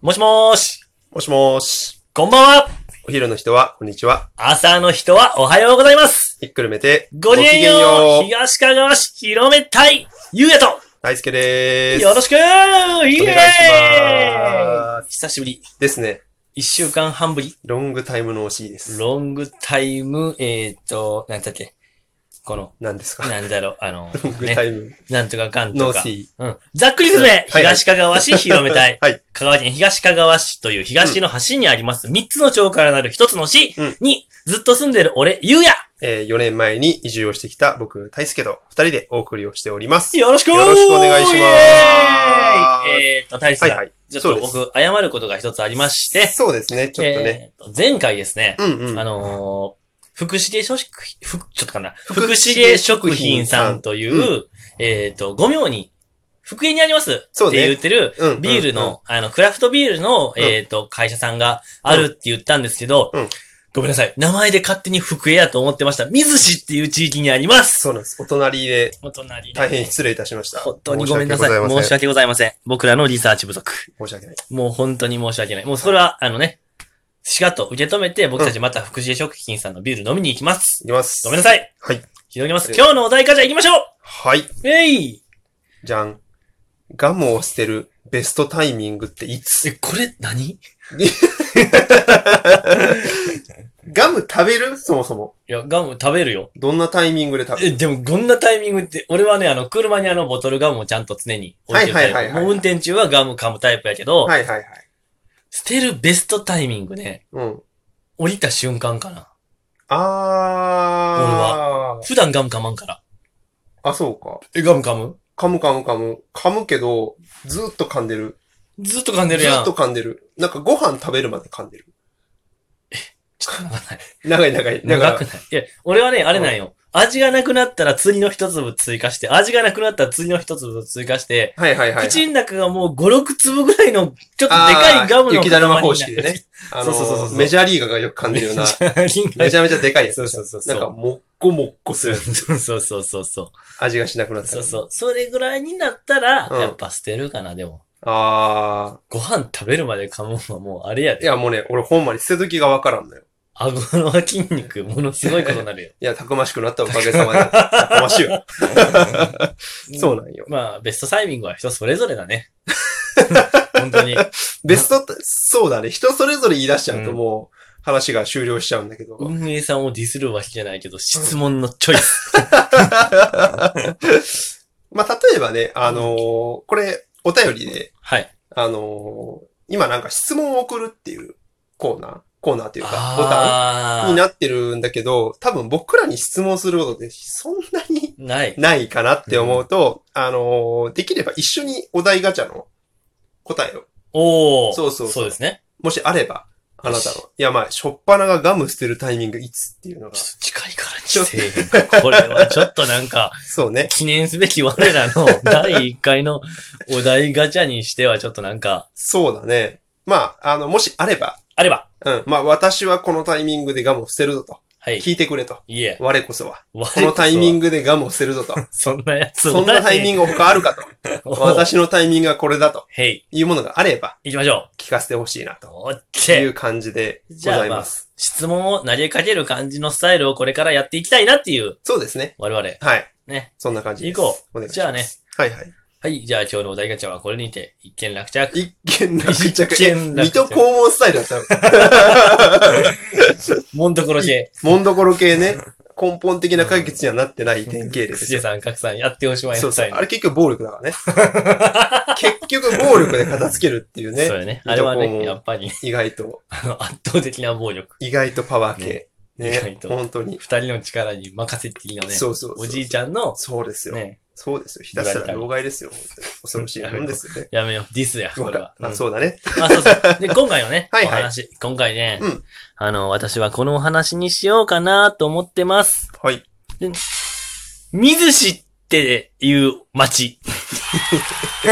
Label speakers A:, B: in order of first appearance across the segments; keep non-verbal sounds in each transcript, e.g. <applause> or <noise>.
A: もしもーし、
B: もしもーし。
A: こんばんは、
B: お昼の人は、こんにちは。
A: 朝の人はおはようございます。
B: ひっくるめて、
A: ごきげんよう、
B: う。
A: 東かがわ市広めたい、ゆうやと、
B: 大輔でーす。
A: よろしくイエーイ
B: お願いします
A: 久しぶり、
B: ですね。
A: 一週間半ぶり、
B: ロングタイムの OC です。
A: ロングタイム、えーっと、なんだっけ、この、
B: 何ですか
A: なんだろう、あの、
B: ロングタ
A: ね、
B: イム
A: なんとかかん
B: の
A: とか。
B: C。
A: うん。ざっくり説明、
B: はいはい
A: 東かがわ市広めたい。
B: <laughs> はい。
A: 香川県東かがわ市という東の端にあります3つの町からなる1つの市
B: うん
A: にずっと住んでる俺、ゆうや
B: えー、4年前に移住をしてきた僕、大輔と2人でお送りをしております。
A: よろしく
B: よろしくお願いします
A: イエーイえーっと、大
B: は
A: 輔
B: い
A: さん、
B: はい。
A: ちょっ
B: そう
A: と
B: です
A: 僕、謝ることが一つありまして、
B: そうですね、ちょっとね。
A: えーっと前回ですね、
B: うんうん。
A: あのー、福祉で食品、ふちょっとかな、福祉で食品さんという、
B: う
A: えーっと、五名に、福井にあります
B: そう
A: っ
B: ね
A: て言ってる、
B: うんうん
A: ビールの、あの、クラフトビールの、
B: うん
A: えーっと、会社さんがあるって言ったんですけど、
B: うん
A: ごめんなさい。名前で勝手に福江やと思ってました。水市っていう地域にあります。
B: そうなんです。お隣で、
A: お隣で
B: 大変失礼いたしました。
A: 本当にごめんなさい。
B: 申し訳ござい
A: 申
B: ま
A: し
B: せん。
A: 訳ございません。僕らのリサーチ不足。
B: 申し訳ない。
A: もう本当に申し訳ない。もうそれは、あのね、しかと受け止めて、僕たちまた福祉食品さんのビール飲みに行きます。
B: いきます。
A: ごめんなさい。
B: はい。
A: 広げます。今日のお題からじゃあ行きましょ
B: はい。
A: うえい
B: じゃん。ガムを捨てるベストタイミングっていつ
A: え、これ何い
B: ガム食べるそもそも。
A: や、ガム食べるよ。
B: どんなタイミングで食べる
A: え、でも、こんなタイミングって、俺はね、あの、車にあの、ボトルガムをちゃんと常に置いてるタイプ。
B: はいはいはいはい
A: もう運転中はガム噛むタイプやけど、
B: はいはいはい。
A: 捨てるベストタイミングね、
B: うん。
A: 降りた瞬間かな。
B: あー。
A: 普段ガム噛まんから。
B: あ、そうか。
A: え、ガム噛む
B: 噛む噛む噛む。噛むけど、ずーっと噛んでる。
A: ずっと噛んでる
B: ず
A: やん。
B: ーっと噛んでる。なんかご飯食べるまで噛んでる。
A: ちょっと長ない。
B: 長い長い。だか
A: 長く
B: ら
A: ない。いや、俺はね、あれなんよ。味がなくなったら次の一粒追加して、味がなくなったら次の一粒追加して、
B: はいはいはい。
A: 口の中がもう5、6粒ぐらいの、ちょっとでかいガムの
B: あー雪だるま方式でね。あ
A: そ
B: の
A: うそうそうそう
B: メジャーリーガーがよく噛んでるよ
A: <laughs>
B: うな。めちゃめちゃでかいやつ。
A: そうそうそうそう
B: なんか、もっこもっこする。
A: そうそうそうそうそう。
B: 味がしなくなった。
A: そうそう。それぐらいになったら、
B: うん
A: やっぱ捨てるかな、でも。
B: あ
A: ご飯食べるまで噛むのはもうあれや
B: ー。い
A: で。
B: やもうね、俺ほんまに捨て時がわからんのよ。
A: 顎の筋肉、ものすごいことになるよ。
B: いや、たくましくなったおかげさまで。たくましいわ。 <laughs> そうなんよ。
A: まあ、ベストタイミングは人それぞれだ
B: <laughs>
A: ね。本当に。
B: ベストって、そうだね。人それぞれ言い出しちゃうともう、話が終了しちゃうんだけ <laughs> ど。
A: 運営さんをディスるわけじゃないけど、質問のチョイス。
B: まあ、例えばね、あのーこれ、お便りで、
A: はい。
B: あのー今なんか質問を送るっていうコーナー、コーナーというか、ボ
A: あ
B: タン
A: ー
B: になってるんだけど、多分僕らに質問することってそんなに
A: ない。
B: ないかなって思うと、あのーできれば一緒にお題ガチャの答えを、
A: おお。
B: そうそうそう
A: そうですね。
B: もしあれば、あなた
A: よ
B: の、いやまあ、しょっぱながガム捨てるタイミングいつっていうのが
A: ちょ、っと近いからにしてよこれはちょっとなんか、
B: そうね。
A: 記念すべき我ら <laughs> の第1回のお題ガチャにしてはちょっとなんか、
B: そうだね。まあ、あの、もしあれば、
A: あれば。
B: うん。まあ、私はこのタイミングでガムを捨てるぞと。
A: はい。
B: 聞いてくれと。
A: いえ。
B: 我こそは。
A: こ
B: このタイミ
A: グ。
B: ングでガムを捨てるぞと。
A: <laughs> そんなやつ
B: そんなタイミ
A: ン
B: ング他あるかと。
A: グ。
B: 私のタイミングはこれだと
A: へい。
B: いうものがあれば、
A: 行きましょ
B: 聞かせてほしいな
A: う。
B: と
A: おっ
B: い
A: け。
B: う感じでご
A: じゃ
B: ざ
A: あ
B: い
A: ま
B: ま
A: あ
B: す。、
A: 質問を投げかける感じのスタイルをこれからやっていきたいなっていう、
B: そうですね。
A: 我々。
B: はい。
A: ね。
B: そんな感じです。
A: 行こ
B: うお願いします。
A: じゃあね。
B: はいはい。
A: はい。じゃあ今日のお題ガチャはこれにて、一件落着。
B: 一見落着。
A: 一見落着
B: 水戸黄門スタイルだったの。
A: もんところ系。
B: もんどころ系ね。根本的な解決にはなってない典型例です
A: 藤。井さん、賀さん、やっておしまい
B: そう
A: な
B: そ
A: さ
B: う
A: い。。
B: あれ結局暴力だからね。
A: <laughs>
B: 結局暴力で片付けるっていう
A: そう
B: ね。
A: よね。
B: 水戸
A: あれは
B: 黄門
A: ね、やっぱり、
B: 意外と、
A: <laughs> あの、圧倒的な暴力。
B: 意外とパワー系。
A: ね
B: ね。
A: 意外と
B: 本当に。
A: 二人の力に任せっていいのね。
B: そうそうそう。
A: おじいちゃんの、
B: そうですよ。
A: ね、
B: そうですよ。ひたすら老害ですよ。本当に恐ろしいもんですよね。
A: やめよう。ディスや、
B: <laughs>
A: これは。
B: あ
A: うん
B: そうだね。
A: あ、そうそう。
B: <laughs>
A: で、今回はね、
B: はい
A: お
B: はい
A: 話、今回ね、
B: うん
A: あの、私はこのお話にしようかなと思ってます。
B: はい。
A: 水市っていう町。 <laughs>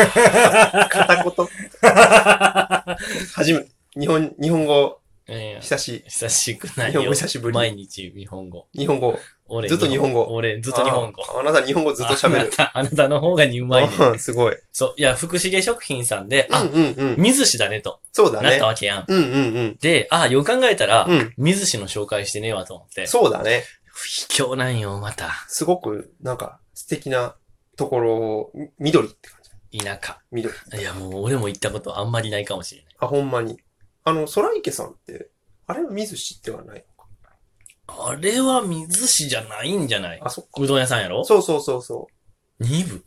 B: 片言。はじめ、日本、日本語、
A: えー
B: 久しい。
A: 久しくない
B: 日本
A: よ
B: 語。久しぶり
A: 毎日日本語。
B: 日本語。
A: 俺、
B: ずっと日本語
A: 俺、ずっと日本語。
B: あーあなた日本語ずっと喋
A: あ
B: る
A: な。た、あなたの方がにうまいね。
B: うん、 <laughs> すごい。
A: そう、いや、福重食品さんで、
B: うん
A: あ、
B: うんうん。
A: 水氏だねと、
B: そうだ
A: なっ
B: ね
A: た。わけやん。
B: うんうん
A: で、あ、よく考えたら
B: う、ん。うん。
A: 水氏の紹介してねえわと思って。
B: そうだね。
A: 卑怯なんよ、また。
B: すごく、なんか、素敵なところを、み緑って感じ。
A: 田舎。
B: 緑。
A: いや、もう俺も行ったことあんまりないかもしれない。
B: あ、ほんまに。あの、空池さんって、あれは水知ってはないのか。
A: あれは水市じゃないんじゃない
B: あ、そっか。
A: うどん屋さんやろ
B: そうそうそうそ
A: 二部。
B: う。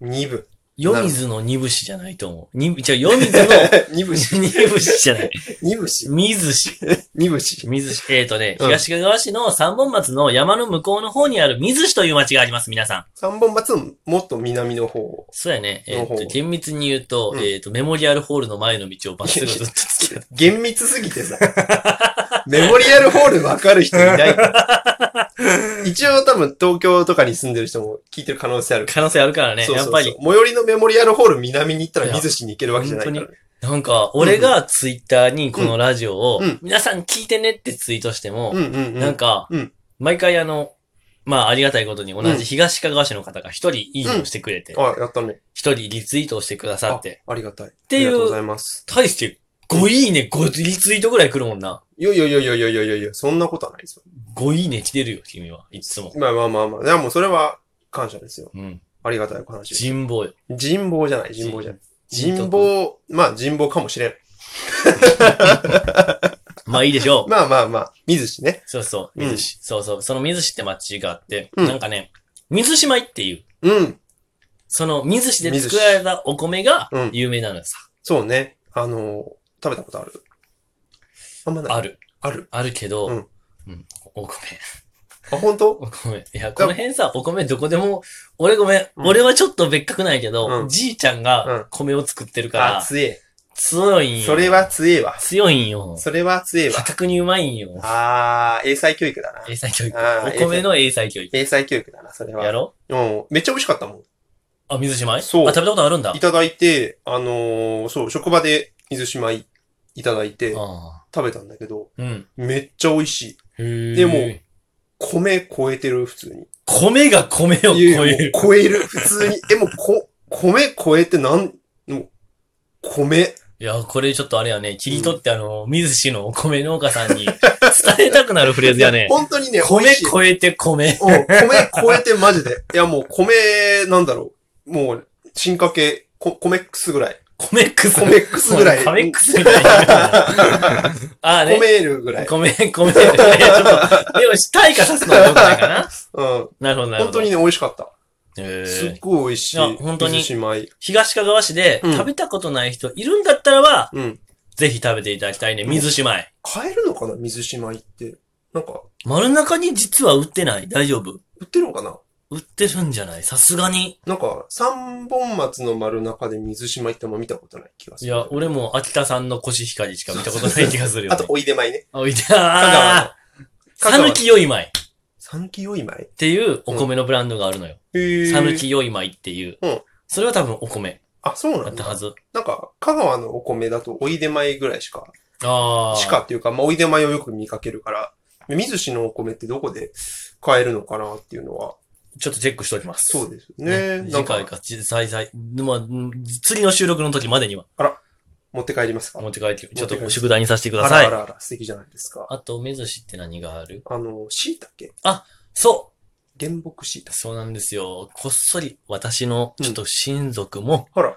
B: 二部。
A: 夜水の二部市じゃないと思う。二部、じゃ夜水
B: <laughs>
A: の
B: 二部し。
A: 二部市じゃない。
B: 二部し。
A: 水市。
B: 二部し。
A: 水市。えーとね、
B: うん
A: 東かがわ市の三本松の山の向こうの方にある水市という町があります、皆さん。
B: 三本松のもっと南の方。
A: そうやね。えー
B: ほうほ
A: と、
B: う
A: 厳密に言うと、
B: うん
A: えーと、メモリアルホールの前の道をバっすぐずっと突き
B: 厳密すぎてさ。 <laughs> メモリアルホールわかる人いな
A: <laughs>
B: いから。一応多分東京とかに住んでる人も聞いてる可能性あるか
A: 可能性あるから
B: ら。
A: ね。
B: そうそうそう
A: やっぱり、。
B: 最寄りのメモリアルホール南に行ったら水市に行けるわけじゃないから、ね。
A: なんか、俺がツイッターにこのラジオを、
B: うん
A: 皆さん聞いてねってツイートしても、
B: うんうんうん。
A: なんか、
B: うん
A: 毎回あの、まあありがたいことに同
B: うん
A: じ東かがわ市の方が一人いいねをしてくれて、
B: あ、やったね。
A: 一、人リツイートをしてくださって、
B: あありがたい。って
A: いう
B: ありがとうございます。
A: 大して5いいね、5リツイートぐらい来るもんな。
B: いやいやいやいやいやいやいや、そんなことはないですよ。
A: 5いいね来てるよ、君は。いつも。
B: まあまあまあまあ。いやもうそれは感謝ですよ。
A: うん。
B: ありがたいお話です。
A: 人望よ。
B: 人望じゃない、人望じゃない。
A: 人
B: 人望、まあ人望かもしれん。
A: まあいいでしょ
B: <laughs>
A: う。
B: まあまあまあ、水市ね。
A: そうそう、
B: うん
A: 水市。そうそう。その水市って町があって、
B: うん
A: なんかね、水島井っていう、
B: うん。
A: その水市で作られたお米が
B: うん
A: 有名なのさ。
B: そうね。あのー、食べたことあるあんまない。
A: ある。
B: ある。
A: あるけど、
B: う
A: うんん。お米。
B: あ、本当
A: お米。いや、この辺さ、お米どこでも、俺ごめん。
B: うん
A: 俺はちょっと別格ないけど、
B: うん
A: じいちゃん
B: うん
A: が米を作ってるから、
B: あ、強え。
A: 強いんよ。
B: それは強えわ。
A: 強いんよ。
B: それは強えわ
A: 破。格にうまいんよ。
B: あー、英才教育だな。
A: 英才教育。
B: あ
A: お
B: ー
A: 米の英才教育。
B: 英才教育だな、それは。
A: やろ
B: うん。めっちゃ美味しかったも
A: あ、水島い
B: そう
A: あ、食べたことあるんだ。
B: ん。いただいて、あのー、そう、職場で水島いいただいて、
A: あ
B: 食べたんだけど、
A: ーうん。
B: めっちゃ美味しい。
A: へー
B: でも、米超えてる、普通に。
A: 米が米を超え
B: いやいやもう
A: る。
B: 超える。普通に。え、もう、こ、米超えてなん、もう、米。
A: いや、これちょっとあれやね、切り取ってあの、水市のお米農家さんに <laughs> 伝えたくなるフレーズやね。
B: 本当にね、美
A: 米
B: 味しい
A: 超えて米。
B: うん、米超えてマジで。いやもう米、なんだろう。もう、進化系、ココメックスぐらい。
A: 米ックス。
B: コメックス
A: <laughs>
B: ぐらい。
A: カメックスみたいな。ああ
B: コ
A: ね。
B: メールぐらい。
A: 米、米、米。ちょっと、でも、退化さすのは良くないかな。
B: うん。
A: なるほど、なるほ
B: 本
A: ど。
B: 当にね、美味しかった。
A: え
B: すっ
A: ー。
B: ごい美味しい。
A: いや本当に
B: 水しまい。
A: 東かがわ市で、
B: うん
A: 食べたことない人いるんだったらば、
B: うん。
A: ぜひ食べていただきたいね。水姉妹。
B: 買えるのかな水しまいって。なんか、
A: 真ん中に実は売ってない。大丈夫。
B: 売ってるのかな
A: 売ってるんじゃないさすがに。
B: なんか、三本松の丸中で水しまいってあんま見たことない気がす
A: い
B: る。
A: や、俺も秋田さんのコシヒカリしか見たことない気がするよ、ね。
B: あと、おいでまいね。
A: あ、いた。
B: 香
A: さ
B: 川の
A: ぬきよいまいっ
B: 三木よいまい
A: ていうお米のブランドがあるのよ。
B: へー
A: さぬきよいまいっていう
B: うん。
A: それは多分お米
B: あ、そう
A: だ
B: な
A: っ
B: ん
A: たは
B: だ。
A: ず。
B: なんか、香川のお米だと、おいでまいぐらいしか
A: ああ。
B: しかっていうか、まあ、おいでまいをよく見かけるから、水市のお米ってどこで買えるのかなっていうのは、
A: ちょっとチェックしておきます。
B: そうですね。な
A: 次
B: んか
A: 回、か、実際、再まあ、うん次の収録の時までには
B: 持って帰りますか
A: 持って帰って、ちょっ
B: 持って帰っ
A: と
B: て
A: 宿題にさせてくだ
B: あら
A: さい。
B: あ
A: あ
B: らあら、素敵じゃないですか。
A: と、目寿司って何がある
B: あの、椎茸
A: そ
B: 原木椎
A: う
B: 茸
A: そうなんですよ。こっそり私のちょっと親族も、
B: ほら、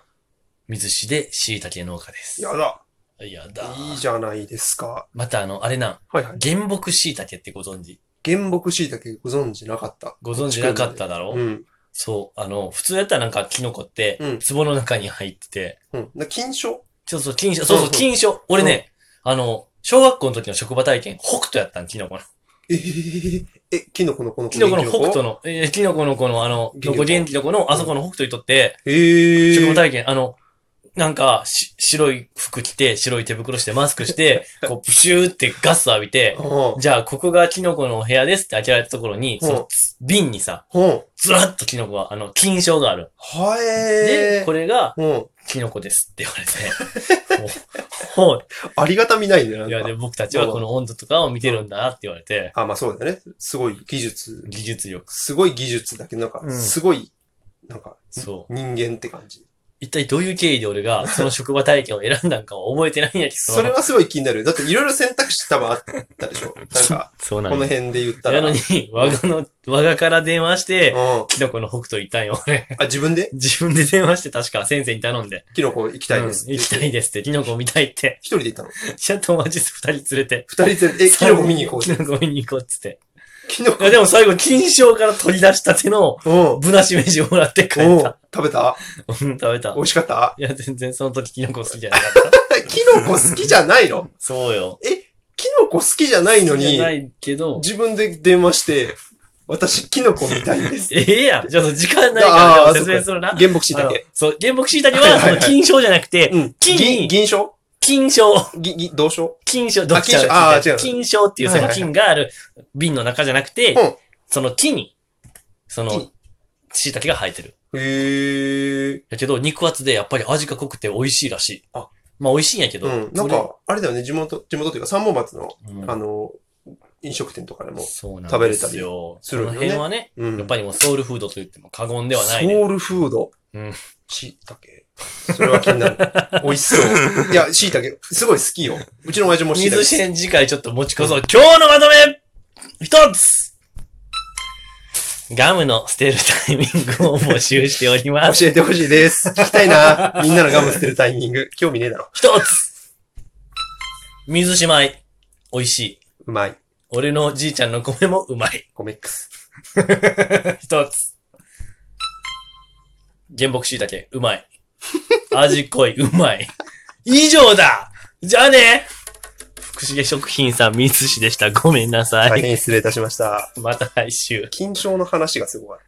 A: 水司で椎茸農家です。
B: やだ。
A: やだ
B: いいじゃないですか。
A: またあの、あれなん、
B: はいはい。
A: 原木椎茸ってご存知
B: 原木椎茸ご存知なかった。
A: ご存知なかっただろ、
B: うん。
A: そう、あの、普通やったらなんかキノコって
B: うん、
A: 壺の中に入ってて、
B: うん。な金賞
A: ちょっと金賞、そう
B: うん
A: そうう、
B: ん
A: 金賞。俺ね、あの、小学校の時の職場体験、北斗やったん、キノコの。
B: えー、え、キノコのこの
A: キノコの北斗の、えー、キノコのこの、あの、
B: 元気
A: ど
B: の子
A: こ元気のこの、あそこの北斗にとって、
B: えー。
A: 職務体験、あの、なんか、し、白い服着て、白い手袋して、マスク
B: <laughs>
A: して、こう、プシューってガス浴びて、
B: ほ
A: じゃあ、ここがキノコのお部屋ですって開けられたところに、
B: うん
A: その瓶にさ、
B: う。ほ
A: ずらっとキノコが、あの、金賞がある。
B: う。はえ
A: で、
B: ー。
A: これが、
B: うん。
A: キノコですって言われ
B: <laughs>
A: て、ほうほ
B: ありがたみないね、な
A: う。
B: ん
A: いや、で、
B: か。
A: 僕たちはこの温度とかを見てるんだなって言われて、
B: あ、まあそうだよね。すごい技術。
A: 技術力。
B: すごい技術だけど、なん
A: う
B: か、
A: ん
B: すごい、なんか、
A: そう。
B: 人間って感じ。
A: 一体どういう経緯で俺が、その職場体験を選んだんかは覚えてないんやけど。
B: それはすごい気になる。だっていろいろ選択肢多分あったでしょ。なんか、
A: <laughs> そうな
B: こ
A: ん
B: の
A: だ。
B: 辺で言った
A: や
B: ら。
A: の
B: うん。 <laughs>
A: に、我がの、我がから電話して、
B: あ、
A: キノコの北斗行ったんよ、俺。 <laughs>
B: 自分で
A: 自分で電話して確か先生に頼んで。
B: キノコ行きたいです。
A: うん行きたいですって、キノコ見たいって。 <laughs>
B: 一人で行ったの
A: ちゃんと友達二人連れて。
B: 二人連れて、え、キノコ見に行こう
A: キ
B: ぜ。
A: ノコ見に行こうっつって。
B: キノ
A: いやでも最後、金賞から取り出したての、
B: コ。
A: ぶなし飯をもらって帰
B: うん。う
A: っ
B: ん
A: た。
B: 食べた
A: うん、食べた
B: 美。味しかった
A: いや、全然その時キノコ好きじゃなかった。 <laughs>
B: キノコ好きじゃないの
A: そうよ。
B: キノコ好きじゃないの
A: じ
B: に
A: ゃな、いけど、
B: 自分で電話して、私、キノコみたいです。
A: ええやん。ちょっと時間ないから
B: あー
A: でも説明するな。
B: 原木椎
A: あの
B: 茸。
A: そう、原木椎茸
B: はい
A: は、
B: はい
A: そ
B: はい
A: の金賞じゃなくて、
B: うん。
A: 金
B: 銀、銀賞
A: 金賞、
B: 銀、銀、銅賞
A: 金賞、どっちか
B: あ金賞あー違う
A: 金賞っていうその金がある瓶の中じゃなくて
B: うん、
A: その木に、その
B: 木、
A: 椎茸が生えてる。
B: へえ。
A: だけど、肉厚でやっぱり味が濃くて美味しいらしい。
B: あ
A: まあ美味しいんやけど。
B: うん。なんか、あれだよね、地元、地元というか、三本松の、
A: それ、うん
B: あの、飲食店とかでも。
A: そうなん
B: 食べれ
A: で
B: たり
A: すよ。
B: す
A: そ
B: るよ
A: の
B: ね
A: 辺はね、
B: うん。
A: やっぱりもうソウルフードと言っても過言ではないね。
B: ソウルフード。
A: うん。
B: 椎茸。それは気に
A: <laughs>
B: なる。美味しそう。いや、椎茸、すごい好きよ。うちの親父も椎茸
A: 水
B: 好き。
A: 線次回ちょっと持ちこそう。今日のまとめ一つガムの捨てるタイミングを募集しております。
B: 教えてほしいです。聞きたいな。みんなのガム捨てるタイミング。興味ねえだろ。
A: 一つ水しまい。美味しい。
B: うまい。
A: 俺のじいちゃんの米もうまい。
B: コメックス。
A: 一つ原木椎茸、うまい。味濃い、うまい。以上だじゃあね福重食品さん、三寿司でした。ごめんなさ
B: 大
A: い、
B: 変失礼いたしました。
A: また来週。
B: 緊張の話がすごい。